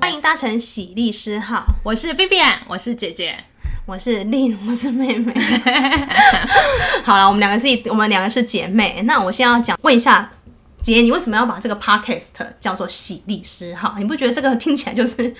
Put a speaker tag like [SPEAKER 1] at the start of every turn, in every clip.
[SPEAKER 1] 欢迎搭乘喜力师号，
[SPEAKER 2] 我是 Vivian，我是姐姐。
[SPEAKER 1] 我是丽，我是妹妹。 好了，我们两个是一，我们两个是姐妹。那我现在要讲，问一下姐，你为什么要把这个 podcast 叫做喜力师号？你不觉得这个听起来就是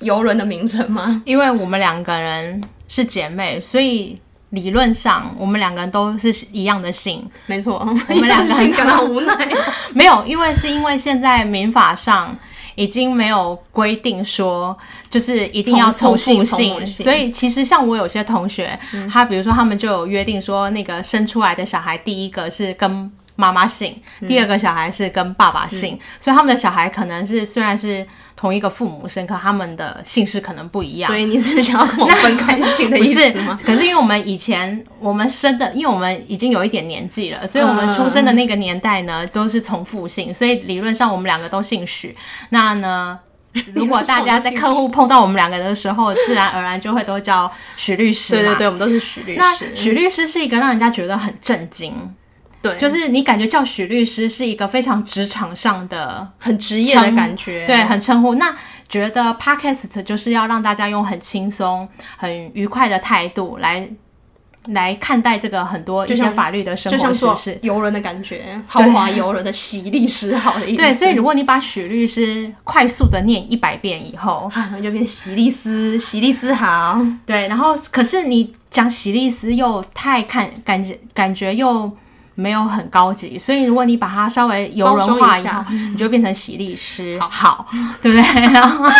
[SPEAKER 1] 游轮的名称吗？
[SPEAKER 2] 因为我们两个人是姐妹，所以理论上我们两个人都是一样的姓。
[SPEAKER 1] 没 错，我
[SPEAKER 2] 们两个
[SPEAKER 1] 心感到无奈。啊
[SPEAKER 2] 没有，因为是因为现在民法上已经没有规定说，就是一定要
[SPEAKER 1] 重复
[SPEAKER 2] 重
[SPEAKER 1] 性
[SPEAKER 2] 复嗯
[SPEAKER 1] 重复
[SPEAKER 2] 性，
[SPEAKER 1] 性
[SPEAKER 2] 所以其实像我有些同学，他比如说他们就有约定说，那个生出来的小孩第一个是跟。妈妈姓，第二个小孩是跟爸爸姓，所以他们的小孩可能是虽然是同一个父母生，可他们的姓氏可能不一样
[SPEAKER 1] 所。以你是想要跟我分开姓的
[SPEAKER 2] 不
[SPEAKER 1] 意
[SPEAKER 2] 是
[SPEAKER 1] 思吗？，
[SPEAKER 2] 可是因为我们以前我们生的，因为我们已经有一点年纪了，所以我们出生的那个年代呢，
[SPEAKER 1] 嗯
[SPEAKER 2] 都是重复姓，所以理论上我们两个都姓许。那 呢，如果大家在客户碰到我们两个的时候，自然而然就会都叫许律师
[SPEAKER 1] 对
[SPEAKER 2] 嘛。
[SPEAKER 1] 对对，我们都 是许律
[SPEAKER 2] 那
[SPEAKER 1] 师。
[SPEAKER 2] 许律师是一个让人家觉得很震惊，
[SPEAKER 1] 对，就
[SPEAKER 2] 就是是你感觉叫许律师是一个非常职场上的
[SPEAKER 1] 很职业的感觉。
[SPEAKER 2] 对，很称呼。那觉得 podcast 就是要让大家用很轻松、很愉快的态度来来看待这个很多一些
[SPEAKER 1] 像
[SPEAKER 2] 法律的生
[SPEAKER 1] 就像
[SPEAKER 2] 活
[SPEAKER 1] 坐
[SPEAKER 2] 实事。
[SPEAKER 1] 游轮的感觉，豪华游轮的喜力师号的意思。
[SPEAKER 2] 对，所以如果你把许律师快速的念一百遍以后，
[SPEAKER 1] 啊，然后就变席利斯，席利斯好，
[SPEAKER 2] 对，然后可是你讲喜利斯又太看感觉感觉又没有很高级，所以如果你把它稍微游轮化以
[SPEAKER 1] 包
[SPEAKER 2] 后
[SPEAKER 1] 装，
[SPEAKER 2] 你就变成喜律师好，对不对？ 然后
[SPEAKER 1] 哦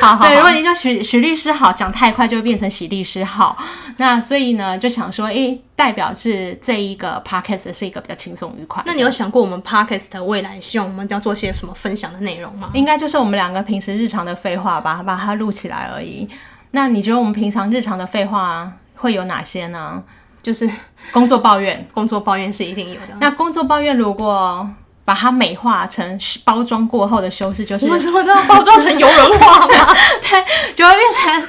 [SPEAKER 2] 好对，如果你叫许许律师好讲太快，就会变成喜律师好。那所以呢，就想说，诶，代表是这一个 podcast 是一个比较轻松愉快。
[SPEAKER 1] 那你有想过我们 podcast 的未来，希望我们要做些什么分享的内容吗？
[SPEAKER 2] 应该就是我们两个平时日常的废话吧，把它录起来而已。那你觉得我们平常日常的废话会有哪些呢？
[SPEAKER 1] 就是
[SPEAKER 2] 工作抱怨。
[SPEAKER 1] 工作抱怨是一定有的。
[SPEAKER 2] 那工作抱怨如果把它美化成包装过后的修饰，就是
[SPEAKER 1] 我们什么都要包装成游轮化吗？
[SPEAKER 2] 就会变成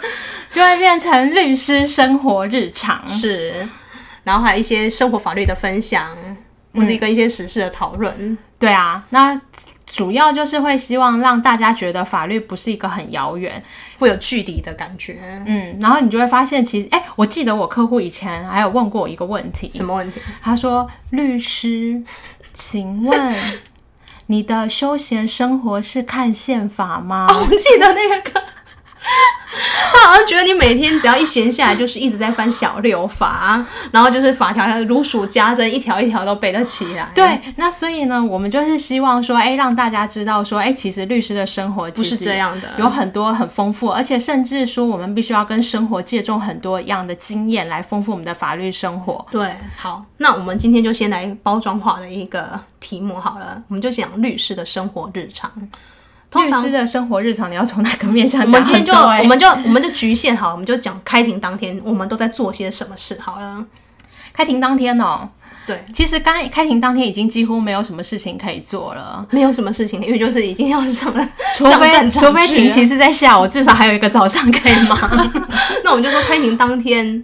[SPEAKER 2] 就会变成律师生活日常。
[SPEAKER 1] 是，然后还有一些生活法律的分享，或是跟一些时事的讨论。
[SPEAKER 2] 对啊，那主要就是会希望让大家觉得法律不是一个很遥远，
[SPEAKER 1] 会有距离的感觉，
[SPEAKER 2] 嗯，然后你就会发现，其实哎、我记得我客户以前还有问过我一个问题，
[SPEAKER 1] 什么问 题？
[SPEAKER 2] 他说：“律师，请问你的休闲生活是看宪法吗？”
[SPEAKER 1] 哦，我记得那个歌， 他好像觉得你每天只要一闲下来，就是一直在翻小六法，然后就是法条如数家珍，一条一条都背得起来。
[SPEAKER 2] 对，那所以呢，我们就是希望说，哎，让大家知道说，哎，其实律师的生活
[SPEAKER 1] 不
[SPEAKER 2] 不
[SPEAKER 1] 是这，样的，
[SPEAKER 2] 有很多很丰富，而且甚至说，我们必须要跟生活借重很多样的经验来丰富我们的法律生活。
[SPEAKER 1] 对，好，那我们今天就先来包装化的一个题目好了，我们就讲律师的生活日常。通
[SPEAKER 2] 律
[SPEAKER 1] 常
[SPEAKER 2] 师的生活日常，你要从哪个面向
[SPEAKER 1] 我
[SPEAKER 2] 讲？
[SPEAKER 1] 们今天就
[SPEAKER 2] 很多欸
[SPEAKER 1] 我们就我们就局限好了，我们就讲开庭当天我们都在做些什么事好了。
[SPEAKER 2] 开庭当天哦，
[SPEAKER 1] 对，
[SPEAKER 2] 其实刚开庭当天已经几乎没有什么事情可以做了，
[SPEAKER 1] 没有什么事情，因为就是已经要上了，
[SPEAKER 2] 除
[SPEAKER 1] 上
[SPEAKER 2] 非
[SPEAKER 1] 战场
[SPEAKER 2] 除非
[SPEAKER 1] 去
[SPEAKER 2] 庭
[SPEAKER 1] 了
[SPEAKER 2] 期是在下午，至少还有一个早上可以忙。
[SPEAKER 1] 那我们就说开庭当天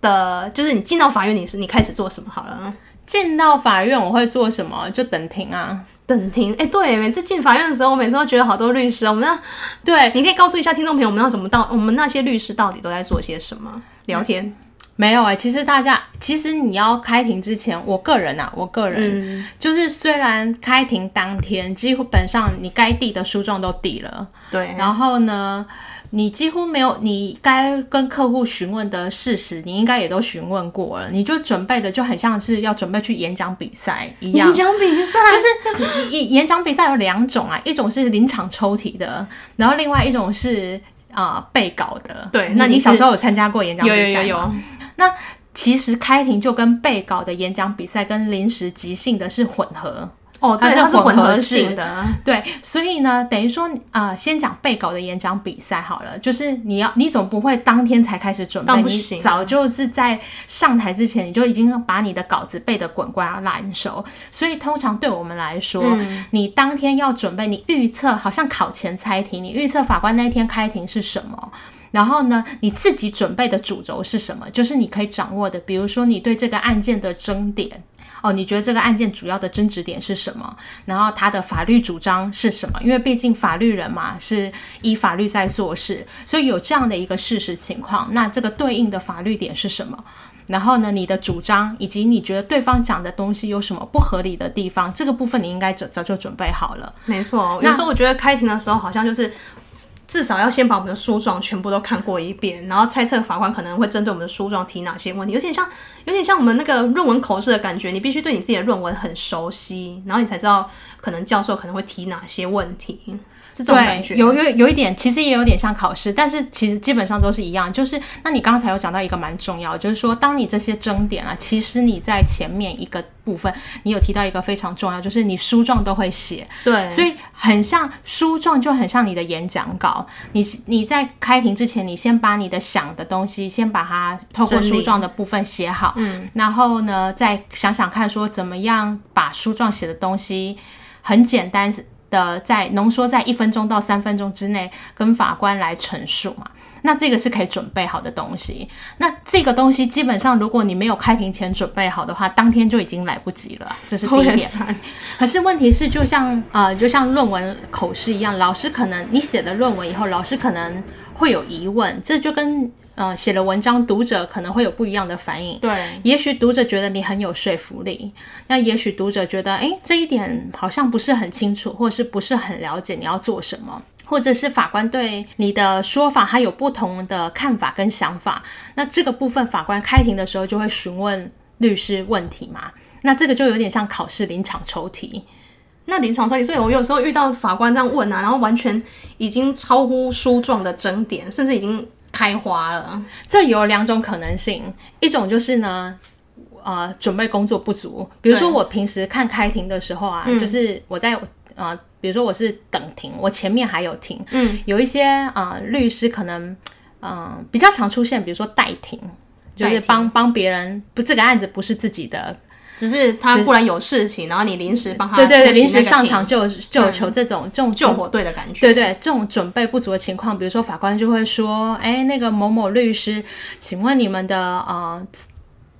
[SPEAKER 1] 的，就是你进到法院，你是你开始做什么好了？
[SPEAKER 2] 见到法院我会做什么？就等庭啊。
[SPEAKER 1] 等庭，哎、对，每次进法院的时候，我每次都觉得好多律师哦。我们那
[SPEAKER 2] 对，
[SPEAKER 1] 你可以告诉一下听众朋友，我们要怎么到，我们那些律师到底都在做些什么？聊天，
[SPEAKER 2] 没有哎、其实大家，其实你要开庭之前，我个人啊，我个人、
[SPEAKER 1] 嗯，
[SPEAKER 2] 就是虽然开庭当天基本上你该递的诉状都递了，
[SPEAKER 1] 对，
[SPEAKER 2] 然后呢，你几乎没有你该跟客户询问的事实，你应该也都询问过了，你就准备的就很像是要准备去演讲比赛一样
[SPEAKER 1] 演。讲比赛，
[SPEAKER 2] 就是演演讲比赛有两种啊，一种是临场抽题的，然后另外一种是啊、呃背稿的。
[SPEAKER 1] 对
[SPEAKER 2] 你
[SPEAKER 1] 那你
[SPEAKER 2] 你小
[SPEAKER 1] 是
[SPEAKER 2] 时候有参加过演讲比
[SPEAKER 1] 有有
[SPEAKER 2] 赛
[SPEAKER 1] 有
[SPEAKER 2] 吗
[SPEAKER 1] 有，
[SPEAKER 2] 其实开庭就跟被告的演讲比赛跟临时即兴的是混合，
[SPEAKER 1] 哦，对，
[SPEAKER 2] 它是
[SPEAKER 1] 它是混
[SPEAKER 2] 混合
[SPEAKER 1] 合
[SPEAKER 2] 制
[SPEAKER 1] 性的，
[SPEAKER 2] 对，所以呢，等于说，呃，先讲被告的演讲比赛好了，就是你要，你总不会当天才开始准
[SPEAKER 1] 当然
[SPEAKER 2] 备，
[SPEAKER 1] 不行啊
[SPEAKER 2] 你早就是在上台之前你就已经把你的稿子背得滚瓜烂熟，所以通常对我们来说，
[SPEAKER 1] 嗯
[SPEAKER 2] 你当天要准备，你预测好像考前猜题，你预测法官那一天开庭是什么，然后呢，你自己准备的主轴是什么？就是你可以掌握的，比如说你对这个案件的争点。哦，你觉得这个案件主要的争执点是什么？然后他的法律主张是什么？因为毕竟法律人嘛，是依法律在做事，所以有这样的一个事实情况，那这个对应的法律点是什么？然后呢，你的主张以及你觉得对方讲的东西有什么不合理的地方，这个部分你应该早早就准备好了。
[SPEAKER 1] 没错，有时候我觉得开庭的时候好像就是。至少要先把我们的诉状全部都看过一遍，然后猜测法官可能会针对我们的诉状提哪些问题，有点像有点像我们那个论文口试的感觉，你必须对你自己的论文很熟悉，然后你才知道可能教授可能会提哪些问题，是这种感觉
[SPEAKER 2] 对，。有有有一点，其实也有点像考试，但是其实基本上都是一样。就是，那你刚才有讲到一个蛮重要，就是说，当你这些争点啊，其实你在前面一个部分，你有提到一个非常重要，就是你书状都会写，
[SPEAKER 1] 对，
[SPEAKER 2] 所以很像书状，就很像你的演讲稿。你你在开庭之前，你先把你的想的东西，先把它透过
[SPEAKER 1] 整理
[SPEAKER 2] 书状的部分写好，嗯，然后呢，再想想看说怎么样把书状写的东西很简单的在浓缩在一分钟到三分钟之内跟法官来陈述嘛。那这个是可以准备好的东西。那这个东西基本上，如果你没有开庭前准备好的话，当天就已经来不及了。啊这是第一
[SPEAKER 1] 会很
[SPEAKER 2] 点。
[SPEAKER 1] 惨
[SPEAKER 2] 可是问题是，就像呃，就像论文口试一样，老师可能你写了论文以后，老师可能会有疑问，这就跟呃写了文章，读者可能会有不一样的反应。
[SPEAKER 1] 对，
[SPEAKER 2] 也许读者觉得你很有说服力，那也许读者觉得，诶，这一点好像不是很清楚，或者是不是很了解你要做什么，或者是法官对你的说法他有不同的看法跟想法，那这个部分法官开庭的时候就会询问律师问题嘛。那这个就有点像考试临场抽题，
[SPEAKER 1] 那临场说，所以我有时候遇到法官这样问啊，然后完全已经超乎书状的争点，甚至已经开花了。
[SPEAKER 2] 这有两种可能性，一种就是呢，呃，准备工作不足，比如说我平时看开庭的时候啊，
[SPEAKER 1] 嗯
[SPEAKER 2] 就是我在呃，比如说我是等庭，我前面还有庭，嗯，有一些呃律师可能嗯、呃比较常出现，比如说代庭，就
[SPEAKER 1] 代
[SPEAKER 2] 是
[SPEAKER 1] 庭
[SPEAKER 2] 帮帮别人，不这个案子不是自己的，
[SPEAKER 1] 只是他忽然有事情，然后你临时帮他
[SPEAKER 2] 对对对，
[SPEAKER 1] 出席
[SPEAKER 2] 临时
[SPEAKER 1] 那个
[SPEAKER 2] 上
[SPEAKER 1] 庭嗯
[SPEAKER 2] 场就就有求这种、这种
[SPEAKER 1] 救火队的感觉。
[SPEAKER 2] 对对，这种准备不足的情况，比如说法官就会说：“哎，那个某某律师，请问你们的呃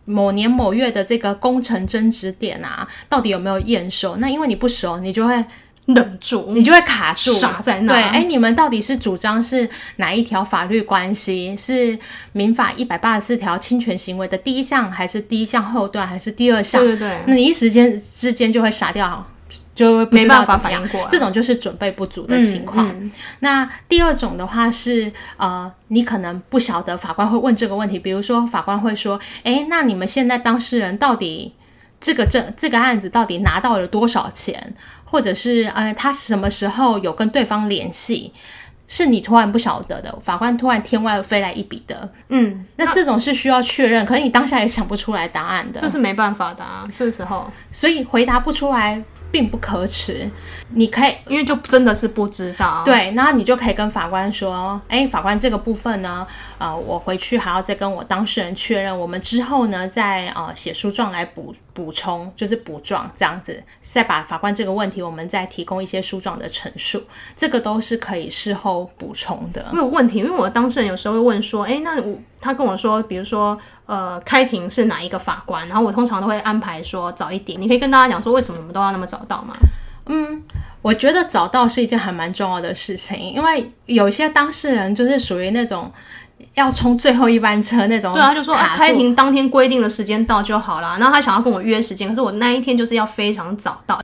[SPEAKER 2] 某年某月的这个工程争执点啊，到底有没有验收？”那因为你不熟，你就会
[SPEAKER 1] 忍住，
[SPEAKER 2] 你就会卡住，
[SPEAKER 1] 傻在那
[SPEAKER 2] 对，哎，你们到底是主张是哪一条法律关系？是民法一百八十四条侵权行为的第一项，还是第一项后段，还是第二项？
[SPEAKER 1] 对对对，
[SPEAKER 2] 那你一时间之间就会傻掉，就会不知道
[SPEAKER 1] 没办法
[SPEAKER 2] 怎么样
[SPEAKER 1] 反应过来
[SPEAKER 2] 这种就是准备不足的情况。那第二种的话是，呃，你可能不晓得法官会问这个问题，比如说法官会说，诶，那你们现在当事人到底这个证这个案子到底拿到了多少钱，或者是呃他什么时候有跟对方联系？是你突然不晓得的，法官突然天外飞来一笔的，
[SPEAKER 1] 嗯，
[SPEAKER 2] 那这种是需要确认，可是你当下也想不出来答案的。
[SPEAKER 1] 这是没办法的啊。这时候，
[SPEAKER 2] 所以回答不出来并不可耻。你可以
[SPEAKER 1] 因为就真的是不知道，
[SPEAKER 2] 对，然后你就可以跟法官说：“哎，法官，这个部分呢，呃，我回去还要再跟我当事人确认，我们之后呢再呃写书状来补补充，就是补状这样子，再把法官这个问题，我们再提供一些书状的陈述，这个都是可以事后补充的。
[SPEAKER 1] 我有问题，因为我的当事人有时候会问说，哎，那我他跟我说，比如说，呃，开庭是哪一个法官？然后我通常都会安排说早一点。你可以跟大家讲说，为什么我们都要那么早到吗？
[SPEAKER 2] 我觉得找到是一件还蛮重要的事情，因为有些当事人就是属于那种要冲最后一班车那种卡住，
[SPEAKER 1] 对啊，他就说、啊、开庭当天规定的时间到就好啦。然后他想要跟我约时间，可是我那一天就是要非常早到。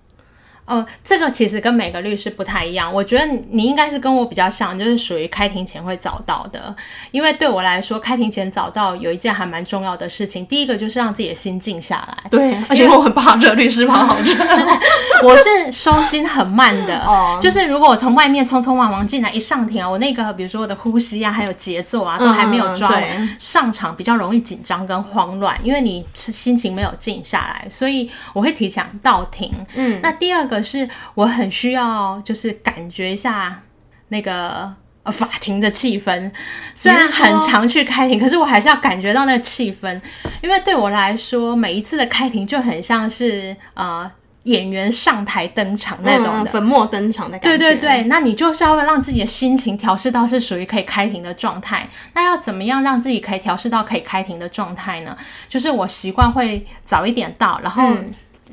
[SPEAKER 2] 哦，这个其实跟每个律师不太一样。我觉得你你应该是跟我比较像，就是属于开庭前会早到的。因为对我来说，开庭前早到有一件还蛮重要的事情，第一个就是让自己的心静下来。
[SPEAKER 1] 对，而且我很怕热，律师怕好 热。
[SPEAKER 2] 我是收心很慢的，
[SPEAKER 1] 哦
[SPEAKER 2] 就是如果我从外面匆匆忙忙进来，一上庭啊，我那个比如说我的呼吸啊，还有节奏啊，都还没有
[SPEAKER 1] 嗯
[SPEAKER 2] 抓，
[SPEAKER 1] 对
[SPEAKER 2] 上场比较容易紧张跟慌乱，因为你是心情没有静下来，所以我会提前到庭。嗯，那第二个是我很需要就是感觉一下那个。呃法庭的气氛虽然
[SPEAKER 1] 你是说
[SPEAKER 2] 很常去开庭，可是我还是要感觉到那个气氛，因为对我来说，每一次的开庭就很像是呃演员上台登场那种的，
[SPEAKER 1] 嗯粉墨登场的感
[SPEAKER 2] 对
[SPEAKER 1] 觉，
[SPEAKER 2] 对对，那你就是要让自己的心情调试到是属于可以开庭的状态。那要怎么样让自己
[SPEAKER 1] 嗯
[SPEAKER 2] 可以调试到可以开庭的状态呢？就是我习惯会早一点到，然后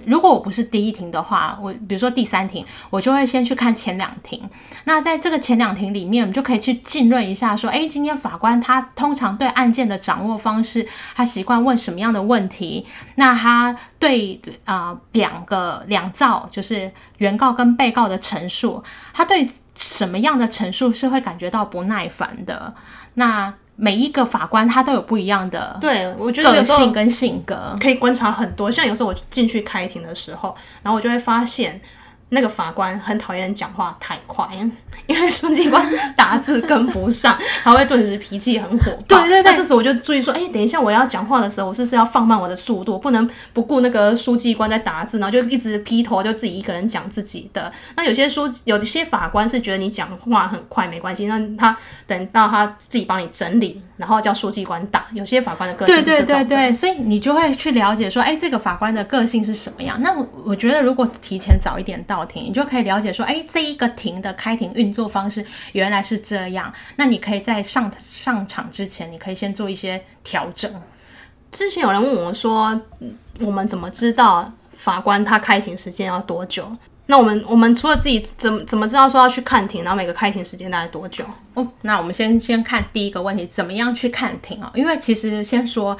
[SPEAKER 2] 如果我不是第一庭的话，我比如说第三庭，我就会先去看前两庭。那在这个前两庭里面，我们就可以去浸润一下，说，哎，今天法官他通常对案件的掌握方式，他习惯问什么样的问题？那他对呃两个两造，就是原告跟被告的陈述，他对什么样的陈述是会感觉到不耐烦的？那每一个法官他都有不一样的
[SPEAKER 1] 对，我觉得
[SPEAKER 2] 个
[SPEAKER 1] 有时候
[SPEAKER 2] 性跟性格。
[SPEAKER 1] 可以观察很多。像有时候我进去开庭的时候，然后我就会发现。那个法官很讨厌讲话太快， 因为书记官打字跟不上， 他会顿时脾气很火爆。
[SPEAKER 2] 对对对
[SPEAKER 1] 那这时候我就注意说，哎、等一下我要讲话的时候，我是不是要放慢我的速度，不能不顾那个书记官在打字，然后就一直劈头就自己一个人讲自己的。那有些书有些法官是觉得你讲话很快没关系，那他等到他自己帮你整理，然后叫书记官打。有些法官的个性
[SPEAKER 2] 对
[SPEAKER 1] 是
[SPEAKER 2] 对
[SPEAKER 1] 这种
[SPEAKER 2] 对
[SPEAKER 1] 的
[SPEAKER 2] 对，所以你就会去了解说，哎，这个法官的个性是什么样？那我我觉得，如果提前早一点到庭，你就可以了解说，哎，这一个庭的开庭运作方式原来是这样。那你可以在上上场之前，你可以先做一些调整。
[SPEAKER 1] 之前有人问我说，嗯我们怎么知道法官他开庭时间要多久？那我们我们除了自己怎么怎么知道说要去看庭，然后每个开庭时间大概多久？
[SPEAKER 2] 哦，那我们先先看第一个问题，怎么样去看庭哦？因为其实先说，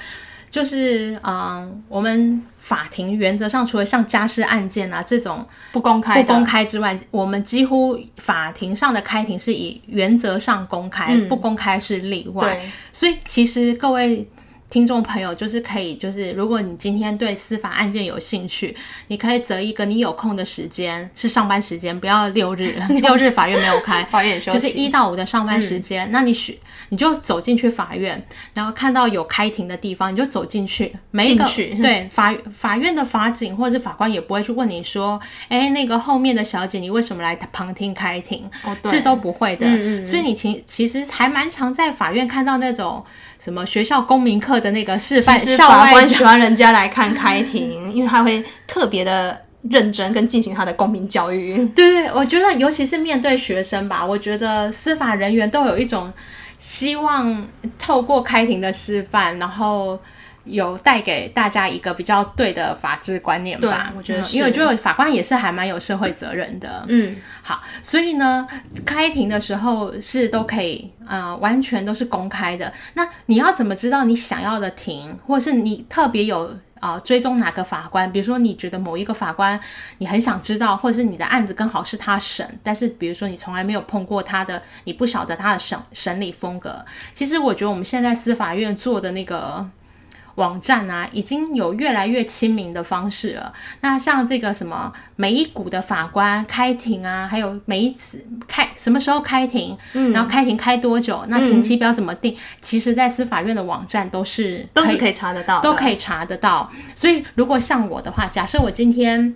[SPEAKER 2] 就是嗯，我们法庭原则上除了像家事案件啊这种
[SPEAKER 1] 不公开
[SPEAKER 2] 不
[SPEAKER 1] 的，
[SPEAKER 2] 公开之外，我们几乎法庭上的开庭是以原则上公开，不公开是例
[SPEAKER 1] 嗯
[SPEAKER 2] 外。
[SPEAKER 1] 对
[SPEAKER 2] 所以其实各位听众朋友，就是可以，就是如果你今天对司法案件有兴趣，你可以择一个你有空的时间，是上班时间，不要六日， 六日法院没有开，
[SPEAKER 1] 法院休息
[SPEAKER 2] 就是一到五的上班时间。那你许你就走进去法院，然后看到有开庭的地方，你就走进去，每一个
[SPEAKER 1] 进去
[SPEAKER 2] 对法法院的法警或者是法官也不会去问你说，哎，那个后面的小姐你为什么来旁听开庭？
[SPEAKER 1] 哦对嗯
[SPEAKER 2] 是都不会的。所以你其其实还蛮常在法院看到那种什么学校公民课的那个示范
[SPEAKER 1] 其实
[SPEAKER 2] 校
[SPEAKER 1] 法
[SPEAKER 2] 外
[SPEAKER 1] 官喜
[SPEAKER 2] 教。
[SPEAKER 1] 欢人家来看开 庭，因为他会特别的认真跟进行他的公民教育。
[SPEAKER 2] 对 对，我觉得尤其是面对学生吧，我觉得司法人员都有一种希望透过开庭的示范，然后有带给大家一个比较对的法治观念吧。
[SPEAKER 1] 对我觉得
[SPEAKER 2] 嗯
[SPEAKER 1] 是
[SPEAKER 2] 因为我觉得法官也是还蛮有社会责任的。
[SPEAKER 1] 嗯，
[SPEAKER 2] 好，所以呢，开庭的时候是都可以，呃，完全都是公开的。那你要怎么知道你想要的庭，或是你特别有呃追踪哪个法官？比如说你觉得某一个法官你很想知道，或者是你的案子刚好是他审，但是比如说你从来没有碰过他的，你不晓得他的审审理风格。其实我觉得我们现在司法院做的那个网站啊，已经有越来越亲民的方式了。那像这个什么每一股的法官开庭啊，还有每一次开什么时候开庭，
[SPEAKER 1] 嗯
[SPEAKER 2] 然后开庭开多久，那庭期表怎么定，其实在司法院的网站都是
[SPEAKER 1] 都
[SPEAKER 2] 可
[SPEAKER 1] 是
[SPEAKER 2] 以
[SPEAKER 1] 可以查得到的，
[SPEAKER 2] 都可以查得到。所以如果像我的话，假设我今天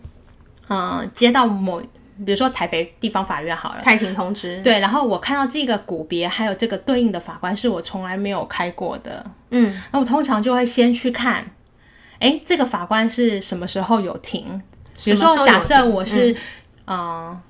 [SPEAKER 2] 呃接到某，比如说台北地方法院好了。
[SPEAKER 1] 开庭通知。
[SPEAKER 2] 对，然后我看到这个股别还有这个对应的法官是我从来没有开过的，
[SPEAKER 1] 嗯，
[SPEAKER 2] 那我通常就会先去看，哎，这个法官是什么时候有庭？比如
[SPEAKER 1] 什么时
[SPEAKER 2] 说，
[SPEAKER 1] 候
[SPEAKER 2] 假
[SPEAKER 1] 有
[SPEAKER 2] 设
[SPEAKER 1] 庭
[SPEAKER 2] 我是，嗯、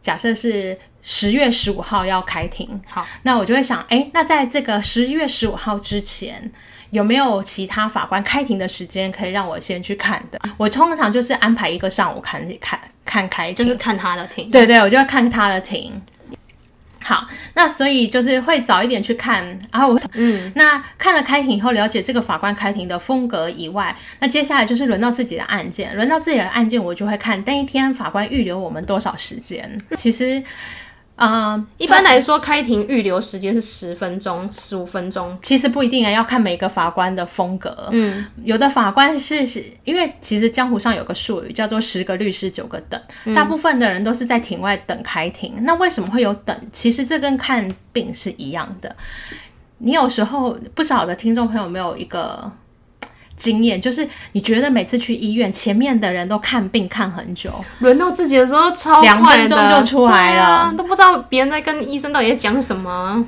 [SPEAKER 2] 假设是十月十五号要开庭，
[SPEAKER 1] 好，
[SPEAKER 2] 那我就会想，哎，那在这个十月十五号之前。有没有其他法官开庭的时间可以让我先去看的？我通常就是安排一个上午看看看开庭，
[SPEAKER 1] 就是看他的庭。
[SPEAKER 2] 对对，我就要看他的庭。好，那所以就是会早一点去看，然后我嗯，那看了开庭以后，了解这个法官开庭的风格以外，那接下来就是轮到自己的案件，轮到自己的案件，我就会看那一天法官预留我们多少时间。其实，嗯、
[SPEAKER 1] 一般来说，开庭预留时间是十分钟、十五分钟。
[SPEAKER 2] 其实不一定啊，要看每个法官的风格。嗯，有的法官是是因为其实江湖上有个术语叫做“十个律师九个等”，大部分的人都是在庭外等开庭。那为什么会有等？其实这跟看病是一样的。你有时候不晓得听众朋友有没有一个经验，就是你觉得每次去医院，前面的人都看病看很久，
[SPEAKER 1] 轮到自己的时候超快的，
[SPEAKER 2] 两分钟就出来了
[SPEAKER 1] 对啊都不知道别人在跟医生到底在讲什么。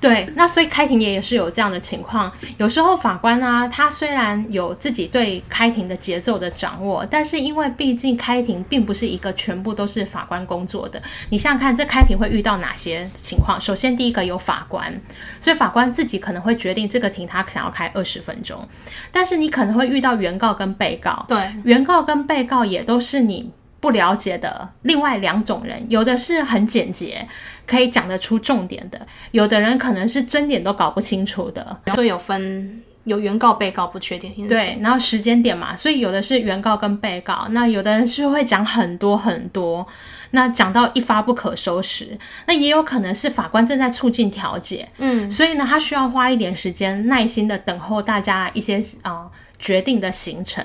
[SPEAKER 2] 对，那所以开庭也也是有这样的情况。有时候法官啊，他虽然有自己对开庭的节奏的掌握，但是因为毕竟开庭并不是一个全部都是法官工作的。你想想看，这开庭会遇到哪些情况？首先，第一个有法官，所以法官自己可能会决定这个庭他想要开二十分钟，但是你可能会遇到原告跟被告，
[SPEAKER 1] 对，
[SPEAKER 2] 原告跟被告也都是你不了解的另外两种人，有的是很简洁，可以讲得出重点的，有的人可能是真点都搞不清楚的。
[SPEAKER 1] 所以有分有原告、被告不确定性。
[SPEAKER 2] 对，然后时间点嘛，所以有的是原告跟被告，那有的人是会讲很多很多，那讲到一发不可收拾，那也有可能是法官正在促进调解，
[SPEAKER 1] 嗯，
[SPEAKER 2] 所以呢，他需要花一点时间，耐心的等候大家一些啊、呃决定的形成。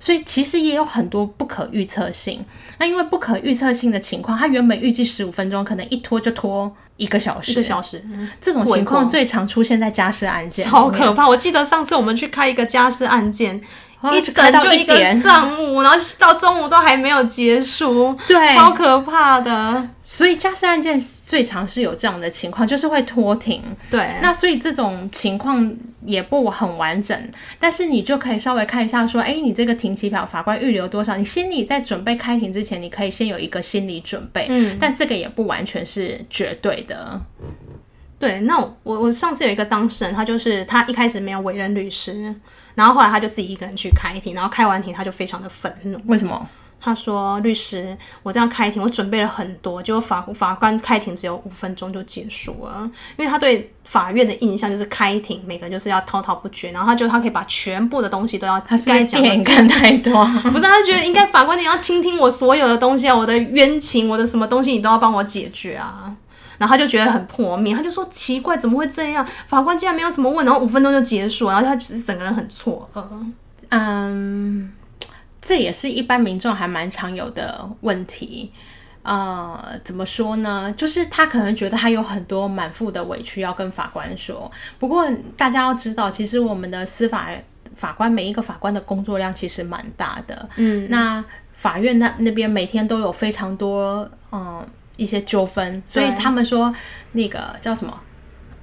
[SPEAKER 2] 所以其实也有很多不可预测性。那因为不可预测性的情况，他原本预计十五分钟，可能一拖就拖一个小时。
[SPEAKER 1] 一个小时，嗯
[SPEAKER 2] 这种
[SPEAKER 1] 过一
[SPEAKER 2] 情况
[SPEAKER 1] 过
[SPEAKER 2] 最常出现在家事案件里面，
[SPEAKER 1] 超可怕！ 我记得上次我们去开一个家事案件，
[SPEAKER 2] 哇
[SPEAKER 1] 一
[SPEAKER 2] 去开
[SPEAKER 1] 等
[SPEAKER 2] 到
[SPEAKER 1] 就一
[SPEAKER 2] 一
[SPEAKER 1] 个
[SPEAKER 2] 点
[SPEAKER 1] 上午，然后到中午都还没有结束，
[SPEAKER 2] 对
[SPEAKER 1] 超可怕的。
[SPEAKER 2] 所以家事案件最常是有这样的情况，就是会拖停。
[SPEAKER 1] 对，
[SPEAKER 2] 那所以这种情况也不很完整，但是你就可以稍微看一下，说，哎，你这个庭期表法官预留多少？你心里在准备开庭之前，你可以先有一个心理准备，
[SPEAKER 1] 嗯，
[SPEAKER 2] 但这个也不完全是绝对的，
[SPEAKER 1] 对，那我我上次有一个当事人，他就是他一开始没有委任律师，然后后来他就自己一个人去开庭，然后开完庭他就非常的愤怒，
[SPEAKER 2] 为什么？
[SPEAKER 1] 他说：“律师，我这样开庭，我准备了很多，结果法法官开庭只有五分钟就结束了，因为他对法院的印象就是开庭，每个人就是要滔滔不绝，然后他就他可以把全部的东西都要
[SPEAKER 2] 他是不
[SPEAKER 1] 该
[SPEAKER 2] 是
[SPEAKER 1] 讲
[SPEAKER 2] 电
[SPEAKER 1] 的
[SPEAKER 2] 影看太多？
[SPEAKER 1] 不是，他觉得应该法官你要倾听我所有的东西啊，我的冤情，我的什么东西你都要帮我解决啊。然后他就觉得很破灭，他就说奇怪，怎么会这样？法官竟然没有什么问，然后五分钟就结束，然后他就是整个人很错 愕。
[SPEAKER 2] 嗯，这也是一般民众还蛮常有的问题。呃，怎么说呢？就是他可能觉得他有很多满腹的委屈要跟法官说。不过大家要知道，其实我们的司法法官每一个法官的工作量其实蛮大的。嗯，那法院那那边每天都有非常多嗯、一些纠纷，所以
[SPEAKER 1] 对
[SPEAKER 2] 他们说那个叫什么？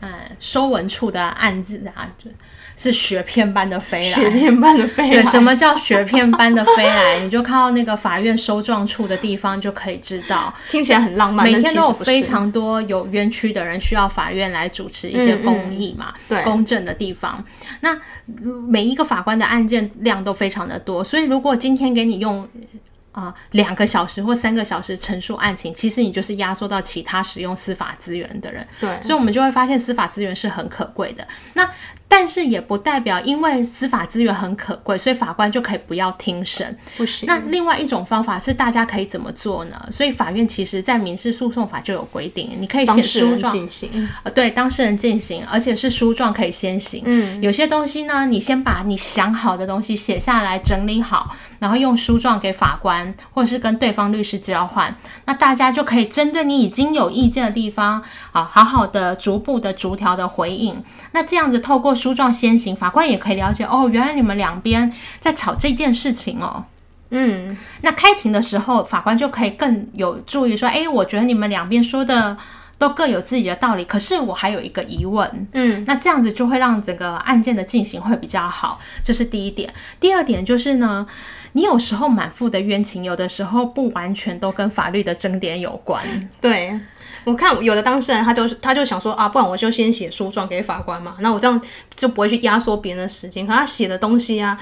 [SPEAKER 2] 嗯，收文处的案子啊，就是雪片般的飞来，
[SPEAKER 1] 片般的飞
[SPEAKER 2] 对，什么叫雪片般的飞来？你就看到那个法院收状处的地方就可以知道，
[SPEAKER 1] 听起来很浪漫，
[SPEAKER 2] 每
[SPEAKER 1] 但
[SPEAKER 2] 天
[SPEAKER 1] 其
[SPEAKER 2] 都
[SPEAKER 1] 实
[SPEAKER 2] 有
[SPEAKER 1] 不
[SPEAKER 2] 非
[SPEAKER 1] 是
[SPEAKER 2] 常多有冤屈的人需要法院来主持一些公益嘛，
[SPEAKER 1] 嗯对
[SPEAKER 2] 公正的地方。那呃每一个法官的案件量都非常的多，所以如果今天给你用。啊、两个小时或三个小时陈述案情，其实你就是压缩到其他使用司法资源的人，
[SPEAKER 1] 对
[SPEAKER 2] 所以我们就会发现司法资源是很可贵的。那但是也不代表因为司法资源很可贵，所以法官就可以不要听审。
[SPEAKER 1] 不行。
[SPEAKER 2] 那另外一种方法是大家可以怎么做呢？所以法院其实在民事诉讼法就有规定，你可以写
[SPEAKER 1] 当事
[SPEAKER 2] 书
[SPEAKER 1] 人
[SPEAKER 2] 状，
[SPEAKER 1] 进行，
[SPEAKER 2] 呃，对当事人进行，而且是书状可以先行。嗯，有些东西呢，你先把你想好的东西写下来，整理好，然后用书状给法官，或者是跟对方律师交换。那大家就可以针对你已经有意见的地方，啊，好好的逐步的逐条的回应。那这样子透过书状先行，法官也可以了解哦，原来你们两边在吵这件事情哦。
[SPEAKER 1] 嗯，
[SPEAKER 2] 那开庭的时候，法官就可以更有助于说，哎，我觉得你们两边说的都各有自己的道理，可是我还有一个疑问。
[SPEAKER 1] 嗯，
[SPEAKER 2] 那这样子就会让整个案件的进行会比较好，这是第一点。第二点就是呢，你有时候满腹的冤情，有的时候不完全都跟法律的争点有关。
[SPEAKER 1] 对。我看有的当事人，他就是他就想说啊，不然我就先写书状给法官嘛，那我这样就不会去压缩别人的时间。可他写的东西啊，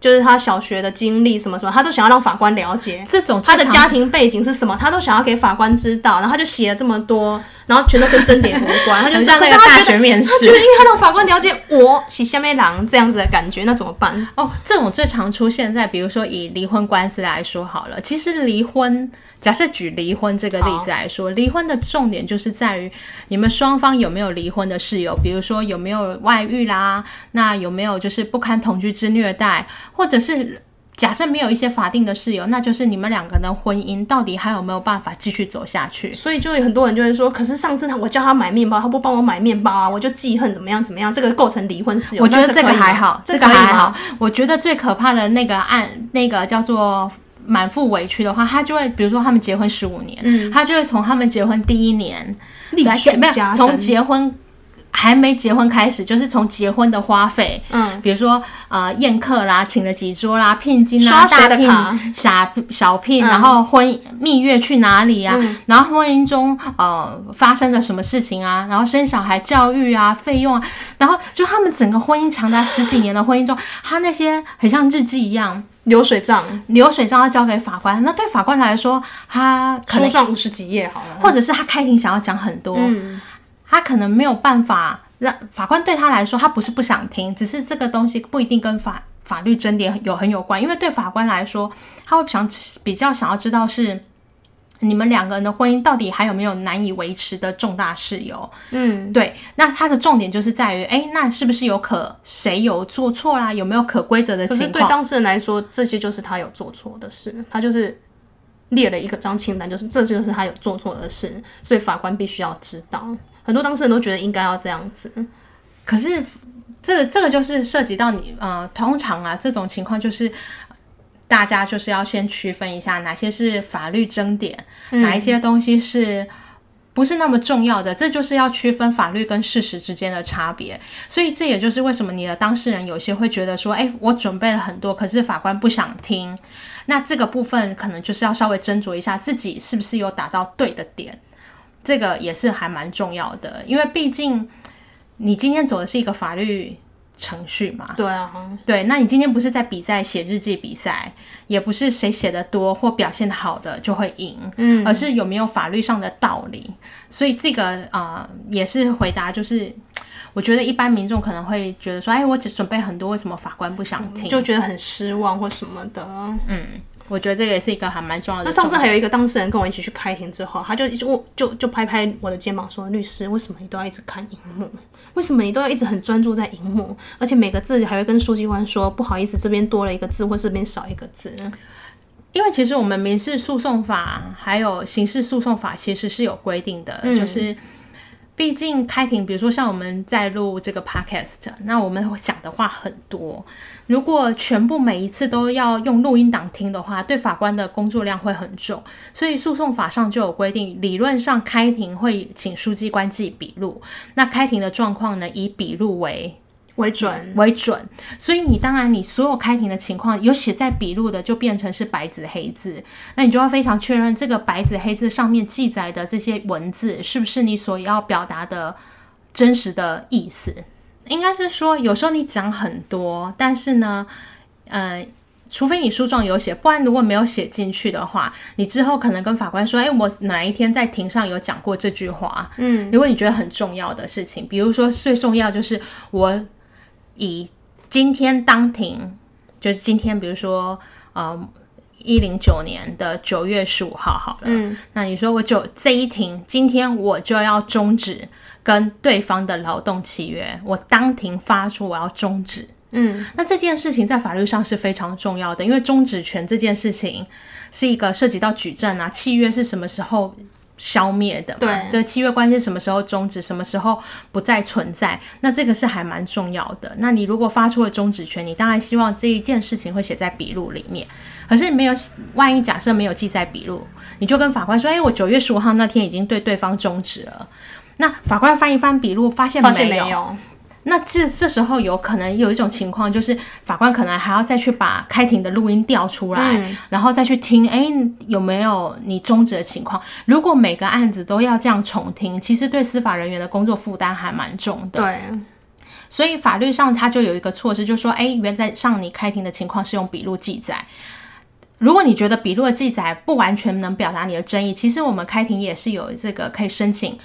[SPEAKER 1] 就是他小学的经历什么什么，他都想要让法官了解。
[SPEAKER 2] 这种
[SPEAKER 1] 他的
[SPEAKER 2] 最常
[SPEAKER 1] 家庭背景是什么，他都想要给法官知道，然后他就写了这么多，然后全都跟争点无关，他就
[SPEAKER 2] 很
[SPEAKER 1] 是
[SPEAKER 2] 像
[SPEAKER 1] 可
[SPEAKER 2] 那
[SPEAKER 1] 是
[SPEAKER 2] 个
[SPEAKER 1] 他
[SPEAKER 2] 大
[SPEAKER 1] 觉得
[SPEAKER 2] 学面
[SPEAKER 1] 他觉
[SPEAKER 2] 试
[SPEAKER 1] 得应该让法官了解我是下面狼这样子的感觉，那怎么办？
[SPEAKER 2] 哦，这种最常出现在比如说以离婚官司来说好了，其实离婚，假设举离婚这个例子来说，离婚的重点就是在于你们双方有没有离婚的事由，比如说有没有外遇啦，那有没有就是不堪同居之虐待，或者是。假设没有一些法定的事由，那就是你们两个人的婚姻到底还有没有办法继续走下去？
[SPEAKER 1] 所以就有很多人就会说，可是上次他我叫他买面包，他不帮我买面包啊，我就记恨怎么样怎么样，这个构成离婚事由。
[SPEAKER 2] 我觉
[SPEAKER 1] 那
[SPEAKER 2] 得这个
[SPEAKER 1] 可以吗
[SPEAKER 2] 还好，
[SPEAKER 1] 这
[SPEAKER 2] 这个
[SPEAKER 1] 可以
[SPEAKER 2] 还
[SPEAKER 1] 吗
[SPEAKER 2] 好。。我觉得最可怕的那个案，那个叫做满腹委屈的话，他就会，比如说他们
[SPEAKER 1] 嗯
[SPEAKER 2] 结婚十五年，他就会从他们结婚第一年
[SPEAKER 1] 历
[SPEAKER 2] 对
[SPEAKER 1] 史
[SPEAKER 2] 没有
[SPEAKER 1] 加
[SPEAKER 2] 从
[SPEAKER 1] 增
[SPEAKER 2] 结婚还没结婚开始，就是从结婚的花费，
[SPEAKER 1] 嗯，
[SPEAKER 2] 比如说呃宴客啦，请了几桌啦，聘金啦，
[SPEAKER 1] 刷谁
[SPEAKER 2] 大
[SPEAKER 1] 的
[SPEAKER 2] 聘
[SPEAKER 1] 卡、嗯
[SPEAKER 2] 傻小聘，然后婚蜜月去哪里啊，然后婚姻中呃发生了什么事情啊，然后生小孩、教育啊、费用啊，然后就他们整个婚姻长达十几年的婚姻中，他那些很像日记一样。
[SPEAKER 1] 流水账，
[SPEAKER 2] 流水账要交给法官，那对法官来说，他可
[SPEAKER 1] 书
[SPEAKER 2] 能
[SPEAKER 1] 状五十几页好了。
[SPEAKER 2] 或者是他开庭想要讲很多，
[SPEAKER 1] 嗯
[SPEAKER 2] 他可能没有办法让法官对他来说，他不是不想听，只是这个东西不一定跟法法律争点有很有关，因为对法官来说，他会想比较想要知道是。你们两个人的婚姻到底还有没有难以维持的重大事由？
[SPEAKER 1] 嗯，
[SPEAKER 2] 对，那他的重点就是在于，哎，那是不是有可谁有做错啦？有没有可规则的
[SPEAKER 1] 可是
[SPEAKER 2] 情
[SPEAKER 1] 对
[SPEAKER 2] 况？
[SPEAKER 1] 当事人来说，这些就是他有做错的事，他就是列了一个张清单，就是这就是他有做错的事，所以法官必须要知道。很多当事人都觉得应该要这样子，
[SPEAKER 2] 可是这个这个就是涉及到你呃，通常啊这种情况就是。大家就是要先区分一下哪些是法律争点，哪一些东西是不是那么重要的，这就是要区分法律跟事实之间的差别。所以这也就是为什么你的当事人有些会觉得说，哎，我准备了很多，可是法官不想听。那这个部分可能就是要稍微斟酌一下自己是不是有打到对的点，这个也是还蛮重要的，因为毕竟你今天走的是一个法律程序嘛，
[SPEAKER 1] 对啊，
[SPEAKER 2] 对，那你今天不是在比赛写日记比赛，也不是谁写的多或表现的好的就会赢，嗯，而是有没有法律上的道理。所以这个呃也是回答，就是我觉得一般民众可能会觉得说，哎，我只准备很多，为什么法官不想听？
[SPEAKER 1] 就觉得很失望或什么的。
[SPEAKER 2] 我觉得这个也是一个还蛮重要的
[SPEAKER 1] 那
[SPEAKER 2] 重点。
[SPEAKER 1] 上次还有一个当事人跟我一起去开庭之后，他就就就就拍拍我的肩膀说：“律师，为什么你都要一直看荧幕？为什么你都要一直很专注在荧幕？而且每个字还会跟书记官说不好意思，这边多了一个字，或这边少一个字。
[SPEAKER 2] 因为其实我们民事诉讼法还有刑事诉讼法其实是有规定的，就是毕竟开庭，比如说像我们在录这个 podcast，那我们会讲的话很多，如果全部每一次都要用录音档听的话，对法官的工作量会很重，所以诉讼法上就有规定，理论上开庭会请书记官记笔录，那开庭的状况呢，以笔录为
[SPEAKER 1] 为准，
[SPEAKER 2] 为准，所以你当然你所有开庭的情况有写在笔录的，就变成是白纸黑字，那你就要非常确认这个白纸黑字上面记载的这些文字是不是你所要表达的真实的意思。应该是说，有时候你讲很多，但是呢，呃，除非你书状有写，不然如果没有写进去的话，你之后可能跟法官说，哎、我哪一天在庭上有讲过这句话。嗯，如果你觉得很重要的事情，比如说最重要就是我以今天当庭，就是今天，比如说，呃。一零九年的九月十五号，好了，嗯，那你说我就这一庭，今天我就要终止跟对方的劳动契约，我当庭发出我要终止，
[SPEAKER 1] 嗯，
[SPEAKER 2] 那这件事情在法律上是非常重要的，因为终止权这件事情是一个涉及到举证啊，契约是什么时候消灭的嘛？
[SPEAKER 1] 对
[SPEAKER 2] 这契约关系什么时候终止，什么时候不再存在？那这个是还蛮重要的。那你如果发出了终止权，你当然希望这一件事情会写在笔录里面。可是没有，万一假设没有记在笔录，你就跟法官说：“哎，我九月十五号那天已经对对方终止了。”那法官翻一翻笔录，发现
[SPEAKER 1] 发现
[SPEAKER 2] 没有，
[SPEAKER 1] 有，
[SPEAKER 2] 那这这时候有可能有一种情况，就是法官可能还要再去把开庭的录音调出来，然后再去听，哎，有没有你终止的情况？如果每个案子都要这样重听，其实对司法人员的工作负担还蛮重的。
[SPEAKER 1] 对，
[SPEAKER 2] 所以法律上它就有一个措施，就说，哎，原则上你开庭的情况是用笔录记载。如果你觉得笔录的记载不完全能表达你的争议，其实我们开庭也是有这个可以申请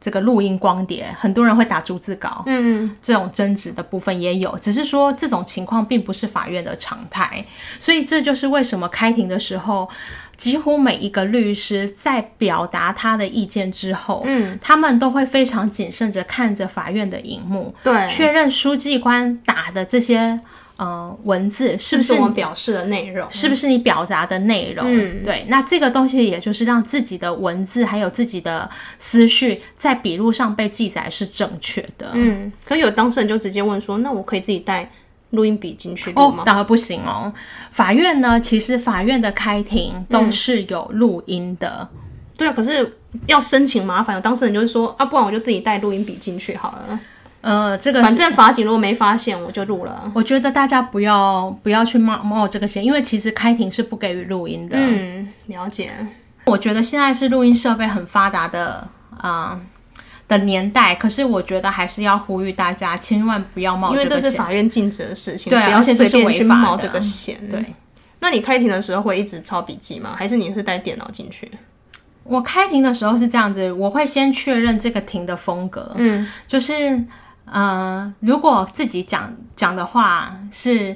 [SPEAKER 2] 这个录音光碟，很多人会打逐字稿，
[SPEAKER 1] 嗯，
[SPEAKER 2] 这种争执的部分也有，只是说这种情况并不是法院的常态，所以这就是为什么开庭的时候，几乎每一个律师在表达他的意见之后，嗯，他们都会非常谨慎着看着法院的荧幕，
[SPEAKER 1] 对，
[SPEAKER 2] 确认书记官打的这些呃文字是不
[SPEAKER 1] 是
[SPEAKER 2] 是
[SPEAKER 1] 我们表示的内容？
[SPEAKER 2] 是不是你表达的内容？
[SPEAKER 1] 嗯
[SPEAKER 2] 对，那这个东西也就是让自己的文字还有自己的思绪在笔录上被记载是正确的。
[SPEAKER 1] 嗯，可有当事人就直接问说：“那我可以自己带录音笔进去录
[SPEAKER 2] 哦，
[SPEAKER 1] 吗
[SPEAKER 2] 当然不行哦。法
[SPEAKER 1] 嗯
[SPEAKER 2] 院呢，其实法院的开庭都是有录音的，？”
[SPEAKER 1] 对啊，可是要申请麻烦，当事人就会说啊，不然我就自己带录音笔进去好了。
[SPEAKER 2] 呃，这个
[SPEAKER 1] 反
[SPEAKER 2] 是
[SPEAKER 1] 正法警如果没发现，我就录了。
[SPEAKER 2] 我觉得大家不要不要去冒冒这个险，因为其实开庭是不给予录音的。
[SPEAKER 1] 嗯，了解。
[SPEAKER 2] 我觉得现在是录音设备很发达的，啊的年代，可是我觉得还是要呼吁大家，千万不要冒
[SPEAKER 1] 因为这
[SPEAKER 2] 个
[SPEAKER 1] 是
[SPEAKER 2] 险。
[SPEAKER 1] 法院禁止的事情，
[SPEAKER 2] 对啊
[SPEAKER 1] 不要
[SPEAKER 2] 而且这
[SPEAKER 1] 随
[SPEAKER 2] 是
[SPEAKER 1] 便去
[SPEAKER 2] 违法的啊
[SPEAKER 1] 冒这个险。
[SPEAKER 2] 对，
[SPEAKER 1] 那你开庭的时候会一直抄笔记吗？还是你是带电脑进去？
[SPEAKER 2] 我开庭的时候是这样子，我会先确认这个庭的风格，嗯，就是呃，如果自己讲讲的话是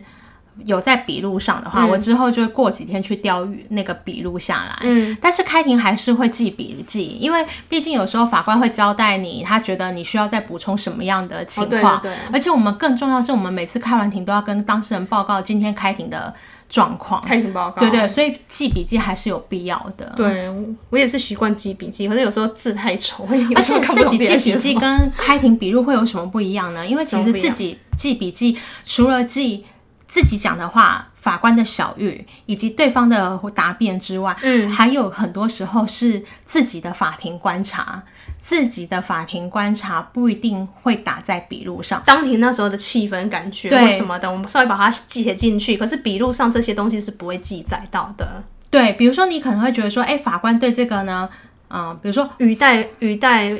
[SPEAKER 2] 有在笔录上的
[SPEAKER 1] 嗯
[SPEAKER 2] 话，我之后就会过几天去调那个笔录下来，嗯，但是开庭还是会记笔记，因为毕竟有时候法官会交代你，他觉得你需要再补充什么样的情
[SPEAKER 1] 哦对
[SPEAKER 2] 况，
[SPEAKER 1] 对对
[SPEAKER 2] 而且我们更重要是我们每次开完庭都要跟当事人报告今天开庭的状况，
[SPEAKER 1] 开庭报告。
[SPEAKER 2] 哦对啊对，所以记笔记还是有必要的，
[SPEAKER 1] 对，我我也是习惯记笔记，可是有时候字太丑，我也有
[SPEAKER 2] 而
[SPEAKER 1] 时
[SPEAKER 2] 且
[SPEAKER 1] 候看不
[SPEAKER 2] 自
[SPEAKER 1] 懂
[SPEAKER 2] 己
[SPEAKER 1] 别
[SPEAKER 2] 记
[SPEAKER 1] 人
[SPEAKER 2] 笔
[SPEAKER 1] 写什
[SPEAKER 2] 记
[SPEAKER 1] 么
[SPEAKER 2] 跟开庭笔录会有什么不一样呢？因为其
[SPEAKER 1] 怎么
[SPEAKER 2] 实
[SPEAKER 1] 不一样
[SPEAKER 2] 自己记笔记，除了记自己讲的话、法官的小玉以及对方的答辩之外，嗯，还有很多时候是自己的法庭观察，自己的法庭观察不一定会打在笔录上。
[SPEAKER 1] 当庭那时候的气氛、感觉
[SPEAKER 2] 对
[SPEAKER 1] 或什么的，我们稍微把它写进去。可是笔录上这些东西是不会记载到的，
[SPEAKER 2] 对，比如说你可能会觉得说，哎，法官对这个呢，嗯、比如说
[SPEAKER 1] 语带语带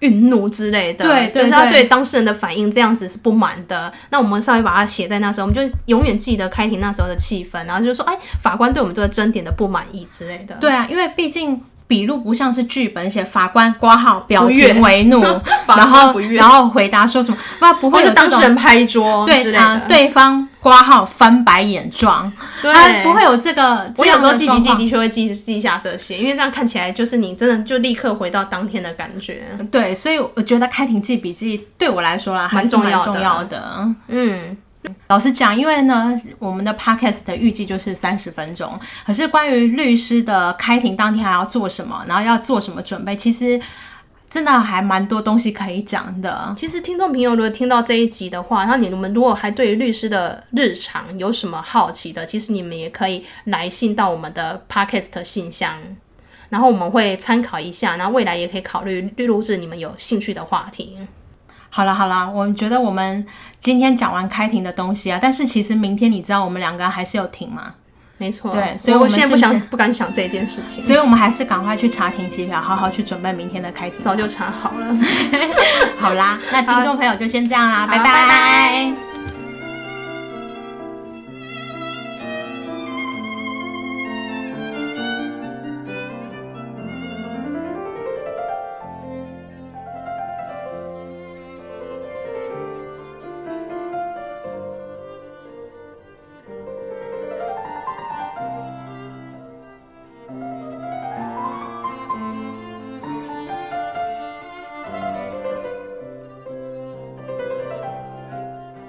[SPEAKER 1] 愠怒之类的，
[SPEAKER 2] 对对
[SPEAKER 1] 就是他
[SPEAKER 2] 对
[SPEAKER 1] 对当事人的反应这样子是不满的。那我们稍微把它写在那时候，我们就永远记得开庭那时候的气氛，然后就说，哎，法官对我们这个争点的不满意之类的。
[SPEAKER 2] 对啊，因为毕竟笔录不像是剧本写法官挂号表
[SPEAKER 1] 不悦
[SPEAKER 2] 情为怒，
[SPEAKER 1] 法官
[SPEAKER 2] 然后
[SPEAKER 1] 不悦
[SPEAKER 2] 然后回答说什么，那不
[SPEAKER 1] 或
[SPEAKER 2] 会有
[SPEAKER 1] 是
[SPEAKER 2] 这
[SPEAKER 1] 当
[SPEAKER 2] 种
[SPEAKER 1] 事人拍桌之类
[SPEAKER 2] 对
[SPEAKER 1] 的。
[SPEAKER 2] 啊、对方挂号翻白眼状，
[SPEAKER 1] 对
[SPEAKER 2] 啊不会有这个。
[SPEAKER 1] 我
[SPEAKER 2] 这
[SPEAKER 1] 有
[SPEAKER 2] 样
[SPEAKER 1] 时候
[SPEAKER 2] 的
[SPEAKER 1] 记笔
[SPEAKER 2] 状
[SPEAKER 1] 记
[SPEAKER 2] 况
[SPEAKER 1] 的确会记记下这些，因为这样看起来就是你真的就立刻回到当天的感觉。
[SPEAKER 2] 对，所以我觉得开庭记笔记对我来说啦，还
[SPEAKER 1] 蛮
[SPEAKER 2] 是
[SPEAKER 1] 重
[SPEAKER 2] 蛮
[SPEAKER 1] 要
[SPEAKER 2] 重
[SPEAKER 1] 的
[SPEAKER 2] 要的。
[SPEAKER 1] 嗯，
[SPEAKER 2] 老实讲，因为呢，我们的 podcast 的预计就是三十分钟，可是关于律师的开庭当天还要做什么，然后要做什么准备，其实真的还蛮多东西可以讲的。
[SPEAKER 1] 其实听众朋友如果听到这一集的话，那你们如果还对于律师的日常有什么好奇的，其实你们也可以来信到我们的 podcast 信箱，然后我们会参考一下，然后未来也可以考虑录制你们有兴趣的话题。
[SPEAKER 2] 好了好了，我们觉得我们今天讲完开庭的东西啊，但是其实明天你知道我们两个还是有庭嘛，
[SPEAKER 1] 没错，
[SPEAKER 2] 对所以
[SPEAKER 1] 我
[SPEAKER 2] 我们
[SPEAKER 1] 现在
[SPEAKER 2] 是
[SPEAKER 1] 不
[SPEAKER 2] 不
[SPEAKER 1] 想
[SPEAKER 2] 是
[SPEAKER 1] 不敢想这件事情，
[SPEAKER 2] 所以我们还是赶快去查庭机票，好好去准备明天的开庭。
[SPEAKER 1] 早就查好了。
[SPEAKER 2] 好啦，那听众朋友就先这样啦，
[SPEAKER 1] 好
[SPEAKER 2] 拜
[SPEAKER 1] 拜拜
[SPEAKER 2] 拜